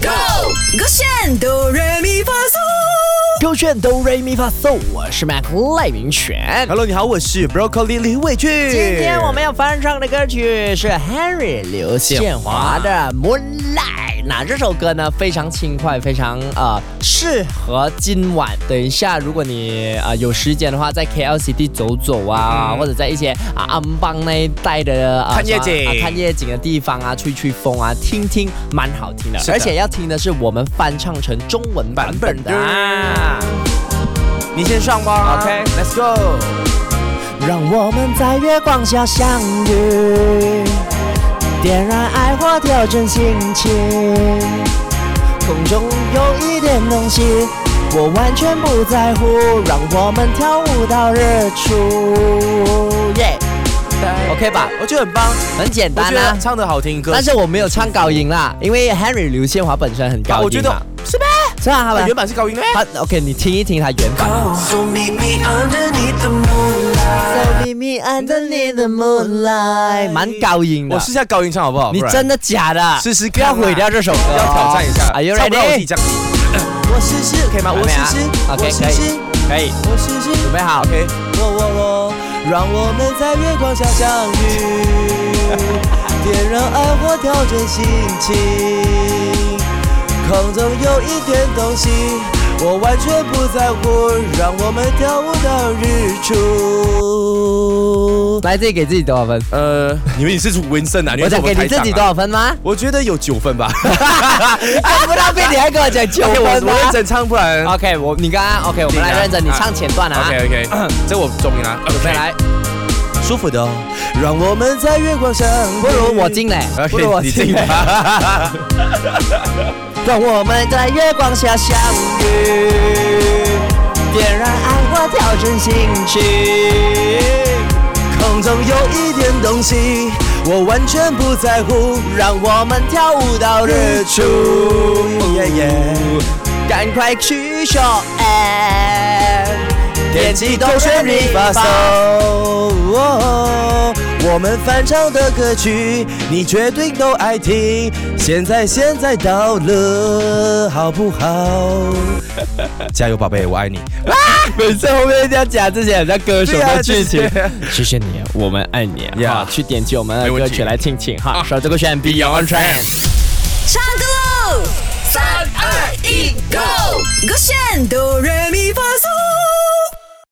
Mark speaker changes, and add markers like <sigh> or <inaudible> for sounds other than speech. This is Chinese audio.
Speaker 1: Go，勾选哆来咪发嗦，
Speaker 2: 勾选哆瑞咪发嗦，我是 Mac 赖明全。
Speaker 3: Hello，你好，我是 Broccoli 李伟俊。今
Speaker 2: 今天我们要翻唱的歌曲是 Henry 刘宪华的《Moonlight》。那这首歌呢，非常轻快，非常呃适合今晚。等一下，如果你啊、呃有时间的话，在 KLCD 走走啊，或者在一些啊安邦那一带的、啊
Speaker 3: 嗯看夜景
Speaker 2: 啊看夜景的地方啊，吹吹风啊，听听蛮好听的。
Speaker 3: 是的
Speaker 2: 而且要听的是我们翻唱成中文版本的
Speaker 3: 嗯
Speaker 2: 啊。
Speaker 3: 你先上吧。
Speaker 2: OK
Speaker 3: OK，Let's、go。
Speaker 2: 让我们在月光下相遇，点燃爱火，调整心情。空中有一点东西，我完全不在乎，让我们跳舞到日出。耶、OK 吧，
Speaker 3: 我觉得很棒，
Speaker 2: 很简
Speaker 3: 我
Speaker 2: 单
Speaker 3: 觉
Speaker 2: 啦、
Speaker 3: 得唱的好听歌。
Speaker 2: 但是我没有唱高音啦，因为 Henry 刘宪华本身很高音嘛。
Speaker 3: 啊我觉得是呗，
Speaker 2: 是啊，他
Speaker 3: 它
Speaker 2: 们
Speaker 3: 原版是高音的。
Speaker 2: 他 OK，你听一听他原版。
Speaker 4: So meet me underneath the moonlight.
Speaker 2: So meet me underneath the moonlight，蛮高音的。
Speaker 3: 我试下高音唱好不好？
Speaker 2: 你
Speaker 3: 不然
Speaker 2: 真的假的？
Speaker 3: 试试
Speaker 2: 不
Speaker 3: 看
Speaker 2: 要
Speaker 3: 啊
Speaker 2: 毁掉这首歌哦，
Speaker 3: 要挑战一下。
Speaker 2: Are you
Speaker 3: 唱不到我自己
Speaker 2: ready？
Speaker 3: 这样。我试试，可以吗？我试试，
Speaker 2: 还没啊
Speaker 3: 我
Speaker 2: OK，可
Speaker 3: 试
Speaker 2: 以
Speaker 3: 试，
Speaker 2: 可以，
Speaker 3: 我试试。
Speaker 2: 准备好。
Speaker 3: OK，我我我，让我们在月光下相
Speaker 2: <laughs>
Speaker 3: 遇，点燃爱火，调整心情。空中有一点东西，我完全不在乎，让我们跳舞到日出。
Speaker 2: 来，自己给自己多少分？
Speaker 3: 呃，你们也是文森啊？
Speaker 2: 我想给你自己多？少分吗？
Speaker 3: 我觉得有九分吧。
Speaker 2: 看不到被你还 <laughs> 哎跟我讲九
Speaker 3: OK，
Speaker 2: 分
Speaker 3: <laughs> 我
Speaker 2: <laughs> 吗
Speaker 3: 我认真唱，不然。
Speaker 2: ？OK，我你刚刚 OK，我们来认真，你
Speaker 3: 啊
Speaker 2: 唱前段啊。
Speaker 3: OK OK，这我终于拿，
Speaker 2: 准备来，
Speaker 3: 舒服的哦，让我们在月光上。
Speaker 2: 不如我进嘞，不如我
Speaker 3: OK，你
Speaker 2: 进
Speaker 3: 进
Speaker 2: 嘞。
Speaker 3: <laughs> 吧。
Speaker 2: 让我们在月光下相遇，点燃爱火，调整心情。空中有一点东西，我完全不在乎，让我们跳舞到日出。耶耶，赶快去说爱，
Speaker 3: 点击勾选你发送。我们翻唱的歌曲，你绝对都爱听。现在现在到了，好不好？
Speaker 2: <laughs>
Speaker 3: 加油，宝贝，我爱你。
Speaker 2: 每次后面一定要讲这些很像歌手
Speaker 3: 对啊
Speaker 2: 的剧情
Speaker 3: 这些。
Speaker 2: 谢谢你，我们爱你。啊
Speaker 3: Yeah
Speaker 2: 好，去点击我们的
Speaker 3: 没问
Speaker 2: 歌
Speaker 3: 题
Speaker 2: 曲来听听哈。首这个选 Beyond Trend。
Speaker 1: 唱歌喽！三二一，Go，勾选哆来咪发嗦。